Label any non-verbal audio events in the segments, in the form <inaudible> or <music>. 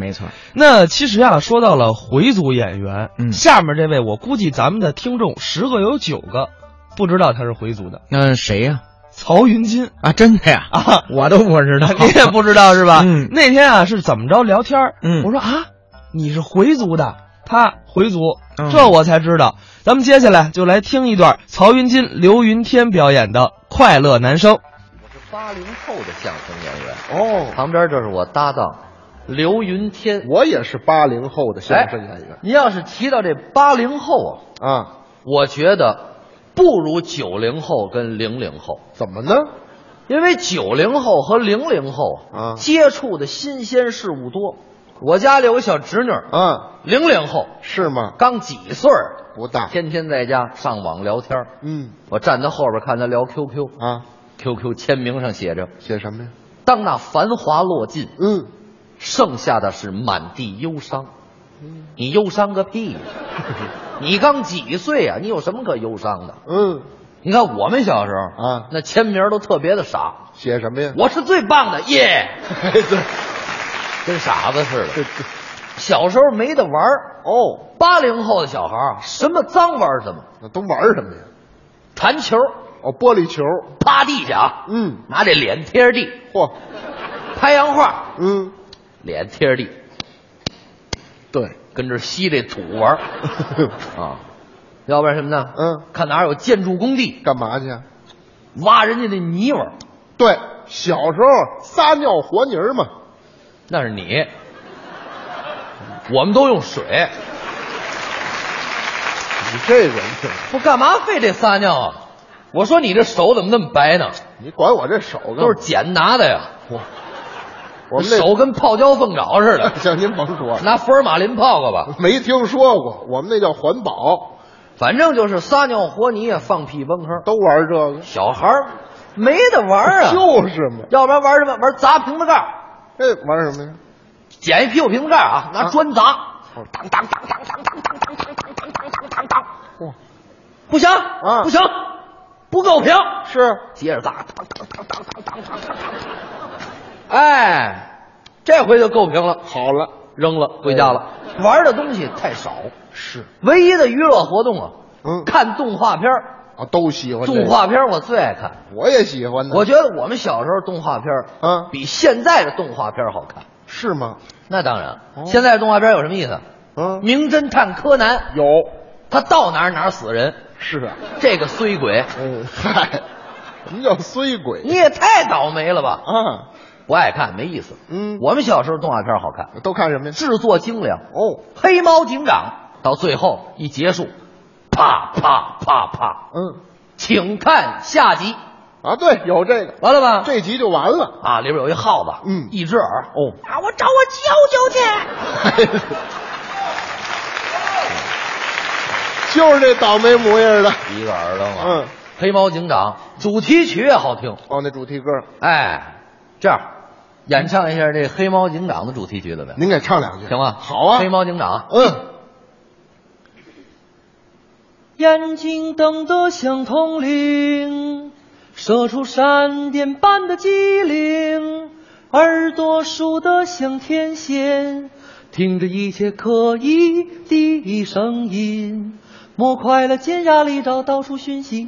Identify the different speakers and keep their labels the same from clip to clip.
Speaker 1: 没错，
Speaker 2: 那其实啊，说到了回族演员，
Speaker 1: 嗯
Speaker 2: 下面这位我估计咱们的听众十个有九个不知道他是回族的，
Speaker 1: 那谁呀、
Speaker 2: 曹云金
Speaker 1: 啊？真的呀？
Speaker 2: 啊， <laughs>，
Speaker 1: 我都不知道
Speaker 2: 你也不知道是吧？
Speaker 1: 嗯
Speaker 2: 那天啊是怎么着聊天儿？
Speaker 1: 嗯
Speaker 2: 我说啊，你是回族的，他回族，
Speaker 1: 嗯
Speaker 2: 这我才知道。咱们接下来就来听一段曹云金、刘云天表演的《快乐男声》。
Speaker 3: 我是八零后的相声演员，
Speaker 4: 哦，
Speaker 3: 旁边这是我搭档刘云天。
Speaker 4: 我也是八零后的相声演员、
Speaker 3: 您要是提到这八零后啊，
Speaker 4: 啊，
Speaker 3: 我觉得不如九零后跟零零后，
Speaker 4: 怎么呢？
Speaker 3: 因为九零后和零零后
Speaker 4: 啊
Speaker 3: 接触的新鲜事物多。我家里有个小侄女，
Speaker 4: 啊，
Speaker 3: 零零后，
Speaker 4: 是吗？
Speaker 3: 刚几岁儿，
Speaker 4: 不大，
Speaker 3: 天天在家上网聊天儿。
Speaker 4: 嗯
Speaker 3: 我站在后边看她聊 QQ，QQ
Speaker 4: 啊，
Speaker 3: 签名上写着
Speaker 4: 写什么呀？：“
Speaker 3: 当那繁华落尽，
Speaker 4: 嗯，
Speaker 3: 剩下的是满地忧伤。你忧伤个屁！你刚几岁啊？你有什么可忧伤的？
Speaker 4: 嗯，
Speaker 3: 你看我们小时候
Speaker 4: 啊
Speaker 3: 那签名都特别的傻。
Speaker 4: 写什么呀？
Speaker 3: 我是最棒的耶，
Speaker 4: 对
Speaker 3: 跟傻子似
Speaker 4: 对
Speaker 3: 的。
Speaker 4: 对，
Speaker 3: 小时候没得玩儿哦。八零后的小孩儿啊什么脏玩儿什么，
Speaker 4: <laughs> 那都玩什么呀？
Speaker 3: 弹球
Speaker 4: 哦，玻璃球。
Speaker 3: 趴地下啊，
Speaker 4: 嗯，
Speaker 3: 拿这脸贴着地，
Speaker 4: 嚯，
Speaker 3: 拍洋画，
Speaker 4: 嗯，
Speaker 3: 脸贴着地，
Speaker 4: 对，
Speaker 3: 跟这儿吸这土玩儿啊。要不然什么呢？
Speaker 4: 嗯，
Speaker 3: 看哪儿有建筑工地，
Speaker 4: <laughs> 干嘛去啊？
Speaker 3: 挖人家的泥巴，
Speaker 4: 对，小时候撒尿和泥儿嘛。
Speaker 3: 那是你。我们都用水，
Speaker 4: 你这人是，
Speaker 3: 我干嘛非得撒尿啊？我说你这手怎么那么白呢？
Speaker 4: 你管我这手干嘛
Speaker 3: 都是捡拿的呀，
Speaker 4: 我们那，
Speaker 3: 手跟泡椒凤爪似 <laughs> 的
Speaker 4: 行，您甭说了，
Speaker 3: 拿福尔马林泡过吧。
Speaker 4: 没听说过，我们那叫环保，
Speaker 3: 反正就是撒尿和泥啊，放屁崩坑。
Speaker 4: 都玩这个。
Speaker 3: 小孩儿没得玩儿啊，
Speaker 4: 就是嘛，
Speaker 3: 要不然玩什么？玩砸瓶子盖儿。
Speaker 4: 这玩什么呀？
Speaker 3: 捡一屁股瓶子盖儿啊，拿砖砸，当当当当当当当当当当当当当
Speaker 4: 哇
Speaker 3: 当，不行，
Speaker 4: 啊
Speaker 3: 不行，不够平，
Speaker 4: 是
Speaker 3: 接着砸，当当当当当当当当当，哎，这回就够平了，
Speaker 4: 好了，
Speaker 3: 扔了，回家了。哎玩的东西太少，
Speaker 4: 是
Speaker 3: 唯一的娱乐活动啊，
Speaker 4: 嗯
Speaker 3: 看动画片儿
Speaker 4: 啊，都喜欢这个
Speaker 3: 动，画片儿我最嗯爱看。
Speaker 4: 我也喜欢呢。
Speaker 3: 我觉得我们小时候动画片儿
Speaker 4: 啊
Speaker 3: 比现在的动画片儿好看。
Speaker 4: 是吗？
Speaker 3: 那当然，
Speaker 4: 哦
Speaker 3: 现在的动画片有什么意思？
Speaker 4: 嗯
Speaker 3: 名侦探柯南
Speaker 4: 有
Speaker 3: 他到哪儿哪儿死人，
Speaker 4: 是啊，
Speaker 3: 这个衰鬼，
Speaker 4: 嗯，嗨，什么叫衰鬼
Speaker 3: 你也太倒霉了吧！
Speaker 4: 啊？
Speaker 3: 不爱看没意思。
Speaker 4: 嗯
Speaker 3: 我们小时候动画片好看，
Speaker 4: 都看什么呀？
Speaker 3: 制作精良。
Speaker 4: 哦，
Speaker 3: 黑猫警长到最后一结束，啪啪啪啪，
Speaker 4: 嗯
Speaker 3: 请看下集，
Speaker 4: 啊，对，有这个，
Speaker 3: 完了吧？
Speaker 4: 这集就完了。
Speaker 3: 啊，里边有一耗子，
Speaker 4: 嗯
Speaker 3: 一只耳，
Speaker 4: 哦，
Speaker 3: 啊，我找我舅舅去。
Speaker 4: <laughs> 就是这倒霉模样的。
Speaker 3: 一个耳朵嘛，
Speaker 4: 嗯，
Speaker 3: 黑猫警长主题曲也好听，
Speaker 4: 哦，那主题歌，
Speaker 3: 哎，这样演唱一下这《黑猫警长》的主题曲怎么样？
Speaker 4: 您给唱两句
Speaker 3: 行吗？
Speaker 4: 好啊。
Speaker 3: 黑猫警长，
Speaker 4: 嗯，
Speaker 2: 眼睛瞪得像铜铃，射出闪电般的机灵；耳朵竖得像天线，听着一切可疑的声音。摸快了尖牙利爪，到处寻衅。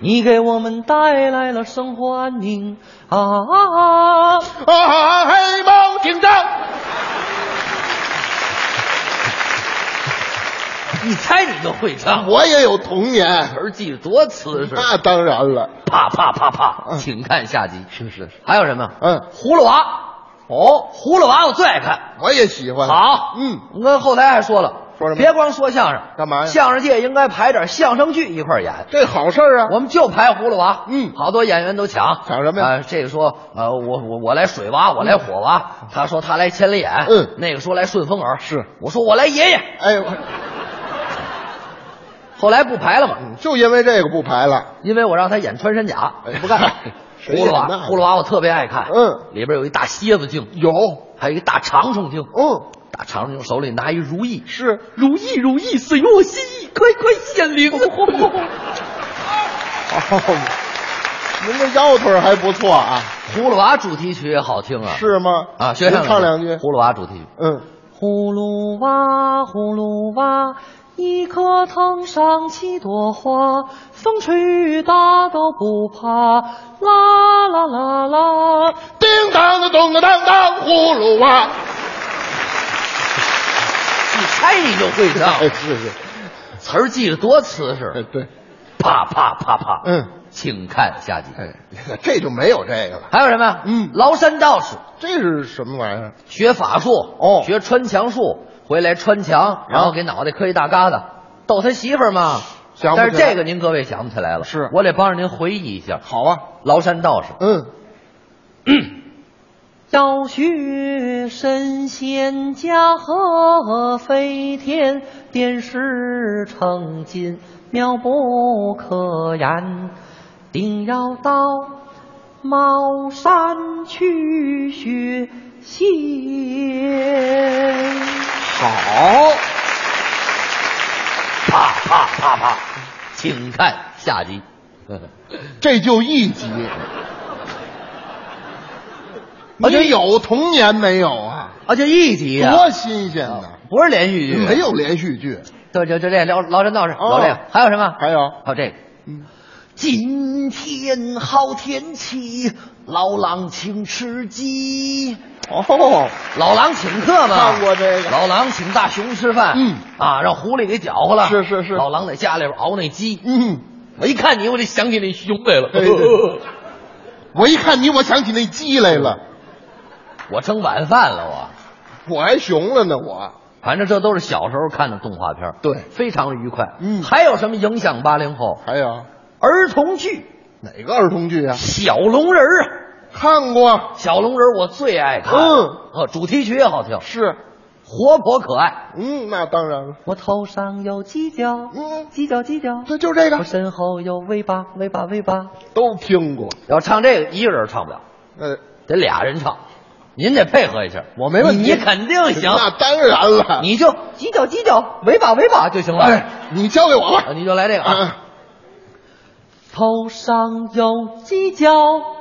Speaker 2: 你给我们带来了生活安宁啊！
Speaker 4: 啊，黑猫警长，
Speaker 3: 一猜你就会
Speaker 4: <laughs>
Speaker 3: 唱，
Speaker 4: 我也有童年。
Speaker 3: 词儿记得多瓷实。
Speaker 4: 那当然了，
Speaker 3: 啪啪啪啪，
Speaker 4: 嗯
Speaker 3: 请看下集。
Speaker 4: 是是是，
Speaker 3: 还有什么？
Speaker 4: 嗯，
Speaker 3: 葫芦娃。哦，葫芦娃我最爱看。
Speaker 4: 我也喜欢。
Speaker 3: 好，
Speaker 4: 嗯，，
Speaker 3: 我跟后台还说了，
Speaker 4: 说什么
Speaker 3: 别光说相声，
Speaker 4: 干嘛呀
Speaker 3: 相声界应该排点相声剧一块儿演。
Speaker 4: 这好事儿啊。
Speaker 3: 我们就排葫芦娃，
Speaker 4: 嗯
Speaker 3: 好多演员都抢，
Speaker 4: 抢什么
Speaker 3: 啊
Speaker 4: 呀
Speaker 3: 这个说，呃，我我我来水娃，我来火娃，他说他来千里眼，
Speaker 4: 嗯
Speaker 3: 那个说来顺风耳，
Speaker 4: 是，
Speaker 3: 我说我来爷爷，
Speaker 4: 哎，我
Speaker 3: 后来不排了嘛，
Speaker 4: 就因为这个不排了。
Speaker 3: 因为我让他演穿山甲，
Speaker 4: 哎
Speaker 3: 不干了。
Speaker 4: <laughs> 谁
Speaker 3: 葫芦娃
Speaker 4: 演，那个
Speaker 3: 葫芦娃我特别爱看，
Speaker 4: 嗯，
Speaker 3: 里边有一大蝎子精，
Speaker 4: 有，
Speaker 3: 还有一大长虫精，
Speaker 4: 嗯，
Speaker 3: 大长虫精手里拿一如意，
Speaker 4: 是
Speaker 3: 如意如意，随我
Speaker 4: <laughs>
Speaker 3: 心意，快快显灵。
Speaker 4: 哦，您这腰腿儿还不错啊，
Speaker 3: 葫芦娃主题曲也好听啊，
Speaker 4: 是吗？
Speaker 3: 啊，学
Speaker 4: 您
Speaker 3: 上
Speaker 4: 唱两句。
Speaker 3: 葫芦娃主题曲。
Speaker 4: 嗯，
Speaker 2: 葫芦娃，葫芦娃，一棵藤上七朵花，风吹雨打都不怕，啦啦啦啦。
Speaker 4: 叮当的咚个当当，葫芦娃。
Speaker 3: 一猜你就会唱，
Speaker 4: 哎，是是，
Speaker 3: 词儿记得多瓷
Speaker 4: 哎
Speaker 3: 实。
Speaker 4: 对，
Speaker 3: 啪啪啪啪，
Speaker 4: 嗯，
Speaker 3: 请看下集。
Speaker 4: 哎， <laughs> 这就没有这个了。
Speaker 3: 还有什么呀？
Speaker 4: 嗯
Speaker 3: 崂山道士
Speaker 4: 这是什么玩意儿？
Speaker 3: 学法术，
Speaker 4: 哦啊
Speaker 3: 学穿墙术，回来穿墙，然后给脑袋磕一大疙瘩，逗他媳妇儿嘛。
Speaker 4: 想不起
Speaker 3: 但
Speaker 4: 来
Speaker 3: 是这个您各位想不起来了，
Speaker 4: 是
Speaker 3: 我得帮着您回忆一下。
Speaker 4: 好啊，
Speaker 3: 崂山道士，
Speaker 4: 嗯，
Speaker 2: 要学神仙驾鹤飞天，点石成金，妙不可言。定要到茅山去学仙。
Speaker 4: 好，
Speaker 3: 啪啪啪啪，请看下集。
Speaker 4: 这就一 <laughs> 集。
Speaker 3: 啊这
Speaker 4: 你有童年没有 <laughs> 啊？
Speaker 3: 啊，就一集呀、
Speaker 4: 多新鲜呐！
Speaker 3: 不是连续剧，
Speaker 4: 没有连续剧，
Speaker 3: 对，就就这聊崂山道士，
Speaker 4: 哦
Speaker 3: 聊这个，还有什么？
Speaker 4: 还有
Speaker 3: 还有这个。
Speaker 4: 嗯
Speaker 3: 今天好天气，老狼请吃鸡。
Speaker 4: 哦，
Speaker 3: 老狼请客嘛，
Speaker 4: 看过这个
Speaker 3: 老狼请大熊吃饭，
Speaker 4: 嗯
Speaker 3: 啊，让狐狸给搅和了。
Speaker 4: 是是是
Speaker 3: 老狼在家里边熬那鸡，
Speaker 4: 嗯，
Speaker 3: 我一看你，我就想起那熊来了。
Speaker 4: 对对我一看你，我想起那鸡来了，
Speaker 3: <laughs> 我蒸晚饭了，我。
Speaker 4: 嗯我还熊了呢，我
Speaker 3: 反正这都是小时候看的动画片，
Speaker 4: 对
Speaker 3: 非常愉快。
Speaker 4: 嗯
Speaker 3: 还有什么影响八零后
Speaker 4: 还有
Speaker 3: 儿童剧？
Speaker 4: 哪个儿童剧啊？
Speaker 3: 小龙人儿啊，
Speaker 4: 看过
Speaker 3: 小龙人儿我最爱看。
Speaker 4: 嗯，
Speaker 3: 呃，主题曲也好听，
Speaker 4: 是，
Speaker 3: 活泼可爱。
Speaker 4: 嗯，那当然了，
Speaker 2: 我头上有犄角，
Speaker 4: 嗯，
Speaker 2: 犄角犄角，
Speaker 4: 这就这
Speaker 2: 我
Speaker 4: 个
Speaker 2: 身后有尾巴，尾巴尾巴。
Speaker 4: 都听过，
Speaker 3: 要唱这个，一个人唱不了，
Speaker 4: 呃，
Speaker 3: 得俩人唱。您得配合一下，
Speaker 4: 我没问题
Speaker 3: 你你肯定行。
Speaker 4: 那当然了，
Speaker 3: 你就犄角犄角，尾巴尾巴就行了。
Speaker 4: 哎，你交给我吧
Speaker 3: 啊，，你就来这个啊。
Speaker 4: 啊，
Speaker 2: 头上有犄角，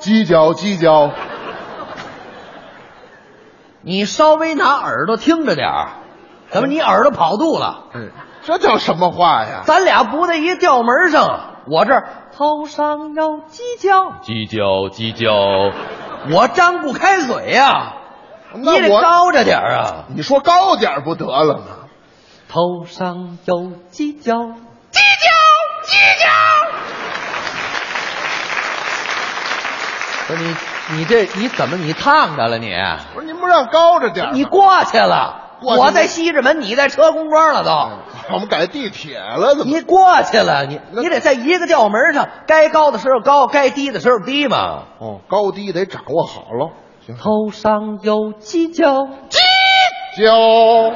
Speaker 4: 犄角犄角，
Speaker 3: 你稍微拿耳朵听着点儿，怎么你耳朵跑肚了？
Speaker 4: 嗯，这叫什么话呀？
Speaker 3: 咱俩不在一调门上，我这儿
Speaker 2: 头上有犄角。
Speaker 3: 犄角犄角，我张不开嘴呀、你
Speaker 4: 那
Speaker 3: 得
Speaker 4: 我
Speaker 3: 高着点儿啊。
Speaker 4: 你说高点儿不得了吗？
Speaker 2: 头上有犄角，
Speaker 3: 不是你，你这你怎么你烫着了你？
Speaker 4: 不是您不让高着点儿吗？
Speaker 3: 你过去了，
Speaker 4: 过去
Speaker 3: 我在西直门，你在车公庄了都。
Speaker 4: 哎我们改地铁了，怎么？
Speaker 3: 你过去了，你
Speaker 4: 那
Speaker 3: 你得在一个调门上，该高的时候高，该低的时候低嘛。
Speaker 4: 哦，高低得掌握好喽。行，
Speaker 2: 头上有犄角，
Speaker 4: 交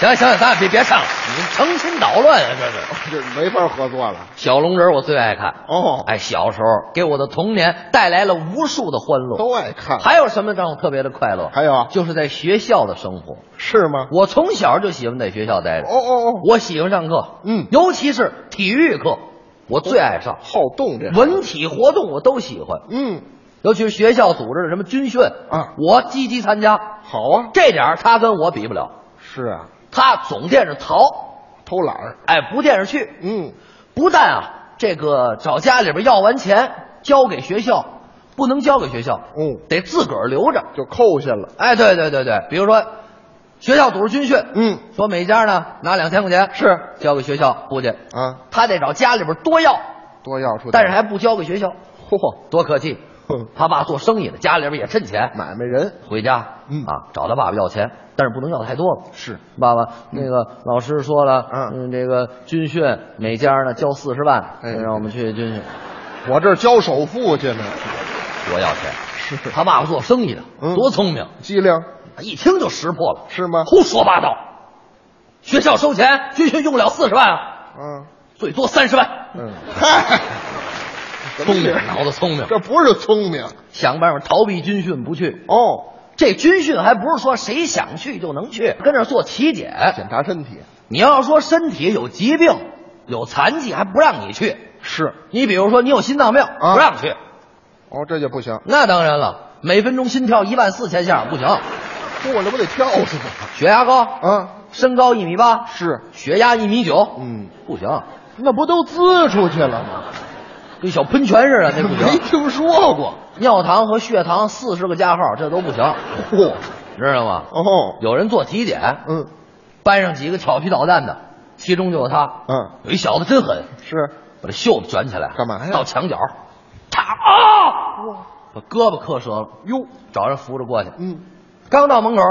Speaker 3: 行了行了，咱俩别别唱了，你成心捣乱啊！这是
Speaker 4: 这没法合作了。
Speaker 3: 小龙人，我最爱看。
Speaker 4: 哦，
Speaker 3: 哎，小时候给我的童年带来了无数的欢乐。
Speaker 4: 都爱看，
Speaker 3: 还有什么让我特别的快乐？
Speaker 4: 啊还有啊
Speaker 3: 就是在学校的生活。
Speaker 4: 是吗？
Speaker 3: 我从小就喜欢在学校待着。
Speaker 4: 哦哦哦，
Speaker 3: 我喜欢上课，
Speaker 4: 嗯哦
Speaker 3: 尤其是体育课，我最爱上。
Speaker 4: 好动这孩子，
Speaker 3: 文体活动我都喜欢，
Speaker 4: 嗯，
Speaker 3: 尤其是学校组织的什么军训
Speaker 4: 啊
Speaker 3: 我积极参加。
Speaker 4: 好啊，
Speaker 3: 这点儿他跟我比不了，
Speaker 4: 是啊，
Speaker 3: 他总惦着逃，
Speaker 4: 偷懒儿，
Speaker 3: 哎，不惦着去。
Speaker 4: 嗯，
Speaker 3: 不但啊，这个找家里边要完钱交给学校，不能交给学校，
Speaker 4: 嗯
Speaker 3: 得自个儿留着。
Speaker 4: 就扣下了，
Speaker 3: 哎，对对对对，比如说学校组织军训，
Speaker 4: 嗯
Speaker 3: 说每家呢拿两千块钱，
Speaker 4: 是
Speaker 3: 交给学校部去，
Speaker 4: 啊，
Speaker 3: 他得找家里边多要，
Speaker 4: 多要出点，
Speaker 3: 但是还不交给学校，
Speaker 4: 嚯，
Speaker 3: 多可气！
Speaker 4: 哼
Speaker 3: 他爸做生意的，家里边也趁钱，
Speaker 4: 买卖人
Speaker 3: 回家
Speaker 4: 嗯
Speaker 3: 啊找他爸爸要钱，但是不能要太多了。
Speaker 4: 是
Speaker 3: 爸爸，那个老师说了，
Speaker 4: 嗯
Speaker 3: 嗯，这个军训每家呢交四十万，
Speaker 4: 哎
Speaker 3: 让我们去军训，
Speaker 4: 我这儿交首付去呢，
Speaker 3: 我要钱。
Speaker 4: 是
Speaker 3: 他爸爸做生意的，
Speaker 4: 嗯
Speaker 3: 多聪明，
Speaker 4: 机灵
Speaker 3: 一听就识破了，
Speaker 4: 是吗？
Speaker 3: 胡说八道。学校收钱，军训用不了四十万啊，
Speaker 4: 啊，
Speaker 3: 最多三十万。
Speaker 4: 嗯，嗨，怎么
Speaker 3: 聪明
Speaker 4: 也，
Speaker 3: 脑子聪明，
Speaker 4: 这不是聪明
Speaker 3: 想办法逃避军训不去。
Speaker 4: 哦，
Speaker 3: 这军训还不是说谁想去就能去，跟那儿做体检。
Speaker 4: 检查身体
Speaker 3: 你要说身体有疾病、有残疾，还不让你去，
Speaker 4: 是
Speaker 3: 你比如说，你有心脏病，
Speaker 4: 啊
Speaker 3: 不让去，
Speaker 4: 哦，这就不行，
Speaker 3: 那当然了，每分钟心跳一万四千下不行。
Speaker 4: 过了不得跳是吧？
Speaker 3: 血压高，
Speaker 4: 啊，
Speaker 3: 身高一米八，
Speaker 4: 是，
Speaker 3: 血压一米九，
Speaker 4: 嗯，
Speaker 3: 不行，
Speaker 4: 那不都滋出去了吗？
Speaker 3: 跟小喷泉似的，那不
Speaker 4: 没 <laughs>
Speaker 3: 行。
Speaker 4: 听说过，
Speaker 3: 尿糖和血糖四十个加号，这都不行，
Speaker 4: 嚯，
Speaker 3: 知道吗？
Speaker 4: 哦，
Speaker 3: 有人做体检，
Speaker 4: 嗯
Speaker 3: 班上几个调皮捣蛋的，其中就有他。
Speaker 4: 嗯，
Speaker 3: 有一小子真狠，
Speaker 4: 是，
Speaker 3: 把这袖子卷起来，
Speaker 4: 干嘛呀
Speaker 3: 到墙角，啪啊！把胳膊磕折了，
Speaker 4: 哟，
Speaker 3: 找人扶着过去。
Speaker 4: 嗯
Speaker 3: 刚到门口，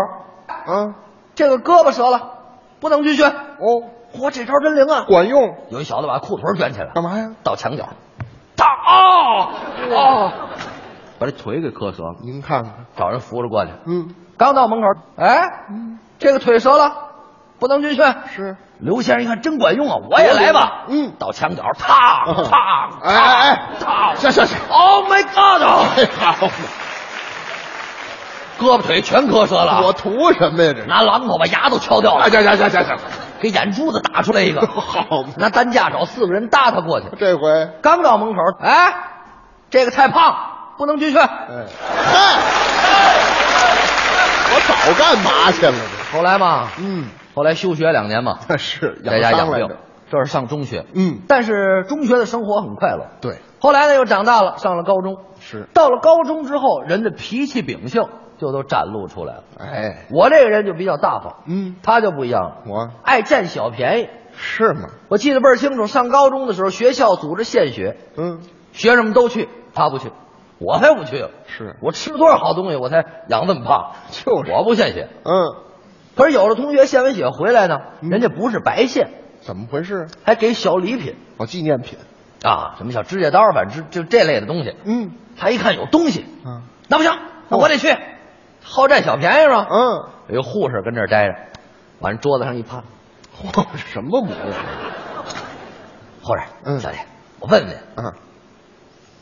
Speaker 4: 啊，
Speaker 3: 这个胳膊折了，不能继续。
Speaker 4: 哦，
Speaker 3: 嚯，这招真灵啊！嗯
Speaker 4: 管用，
Speaker 3: 有一小子把裤腿卷起来，
Speaker 4: 干嘛呀？
Speaker 3: 到墙角，他啊啊，把这腿给磕折了，
Speaker 4: 您看看，
Speaker 3: 找人扶着过去。
Speaker 4: 嗯，
Speaker 3: 刚到门口，哎，这个腿折了，不能进去。
Speaker 4: 是，
Speaker 3: 刘先生一看真管用啊，我也来吧。
Speaker 4: 嗯
Speaker 3: 到墙角，啪啪，
Speaker 4: 哎哎哎
Speaker 3: 啪，
Speaker 4: 行行行
Speaker 3: ，Oh my God！
Speaker 4: 哎好，
Speaker 3: 胳膊腿全磕折了，
Speaker 4: 我图什么呀？这是，
Speaker 3: 拿榔头把牙都敲掉了
Speaker 4: 哎，行行行行行，
Speaker 3: 给眼珠子打出来一个。
Speaker 4: 好嘛
Speaker 3: 拿担架找四个人搭他过去。
Speaker 4: 这回，
Speaker 3: 刚到门口，哎，这个太胖，不能进去。
Speaker 4: 哎，嗨，我早干嘛去了？这，
Speaker 3: 后来嘛，
Speaker 4: 嗯，
Speaker 3: 后来休学两年嘛，
Speaker 4: 那是
Speaker 3: 在家养
Speaker 4: 伤来
Speaker 3: 病
Speaker 4: 着，，
Speaker 3: 这是上中学。
Speaker 4: 嗯，
Speaker 3: 但是中学的生活很快乐。
Speaker 4: 对，
Speaker 3: 后来呢，又长大了，上了高中。
Speaker 4: 是，
Speaker 3: 到了高中之后，人的脾气秉性就都展露出来了。
Speaker 4: 哎，
Speaker 3: 我这个人就比较大方，
Speaker 4: 嗯，
Speaker 3: 他就不一样了，
Speaker 4: 我
Speaker 3: 爱占小便宜。
Speaker 4: 是吗？
Speaker 3: 我记得倍儿清楚，上高中的时候，学校组织献血，
Speaker 4: 嗯，
Speaker 3: 学生们都去，他不去，我才不去。啊
Speaker 4: 是，
Speaker 3: 我吃了多少好东西，我才养这么胖？
Speaker 4: <laughs> 就是
Speaker 3: 我不献血。
Speaker 4: 嗯，
Speaker 3: 可是有的同学献完血回来呢，
Speaker 4: 嗯
Speaker 3: 人家不是白献，
Speaker 4: 怎么回事？
Speaker 3: 还给小礼品
Speaker 4: 哦，纪念品，
Speaker 3: 啊，什么小指甲刀，反正就就这类的东西。
Speaker 4: 嗯，
Speaker 3: 他一看有东西，
Speaker 4: 啊，
Speaker 3: 那不行，那我得去，好占小便宜嘛。
Speaker 4: 嗯，
Speaker 3: 有一护士跟这儿待着，往人桌子上一趴，
Speaker 4: 嚯， <laughs> 什么模样？啊
Speaker 3: <laughs> 护士，
Speaker 4: 嗯
Speaker 3: 小姐，我问问你，
Speaker 4: 啊，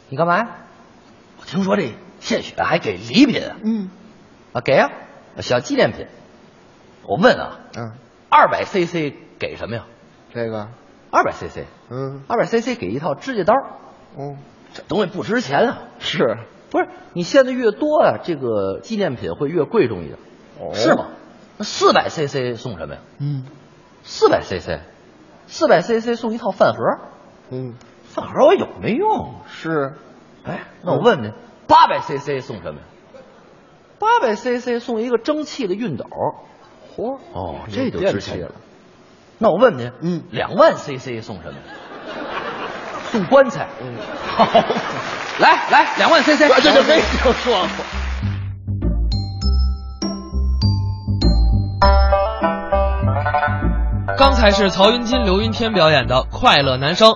Speaker 3: 你干嘛呀？我听说这献血还给礼品啊？
Speaker 4: 嗯，
Speaker 3: 啊，给啊，小纪念品。我问啊，
Speaker 4: 啊，
Speaker 3: 二百 CC 给什么呀？
Speaker 4: 这个，
Speaker 3: 二百 CC，
Speaker 4: 嗯，
Speaker 3: 二百 CC 给一套指甲刀，
Speaker 4: 哦，
Speaker 3: 这东西不值钱啊。
Speaker 4: 是，
Speaker 3: 不是，你献的越多啊，这个纪念品会越贵重一点，
Speaker 4: 哦
Speaker 3: 是吗？那四百 CC 送什么呀？
Speaker 4: 嗯，
Speaker 3: 四百 CC，四百 CC 送一套饭盒，
Speaker 4: 嗯，
Speaker 3: 饭盒我有没用？
Speaker 4: 是，
Speaker 3: 哎，
Speaker 4: 嗯
Speaker 3: 那我问你，八百 CC 送什么呀？八百 CC 送一个蒸汽的熨斗，
Speaker 4: 嚯，
Speaker 3: 哦，
Speaker 4: 你
Speaker 3: 这就
Speaker 4: 变
Speaker 3: 值钱
Speaker 4: 态
Speaker 3: 了。那我问你，
Speaker 4: 嗯
Speaker 3: 两万 CC 送什么？送棺材。
Speaker 4: 嗯，啊
Speaker 3: 好， <laughs> 来来，两万 CC。
Speaker 4: 这就没听说过。
Speaker 2: 刚才是曹云金、刘云天表演的《快乐男声》。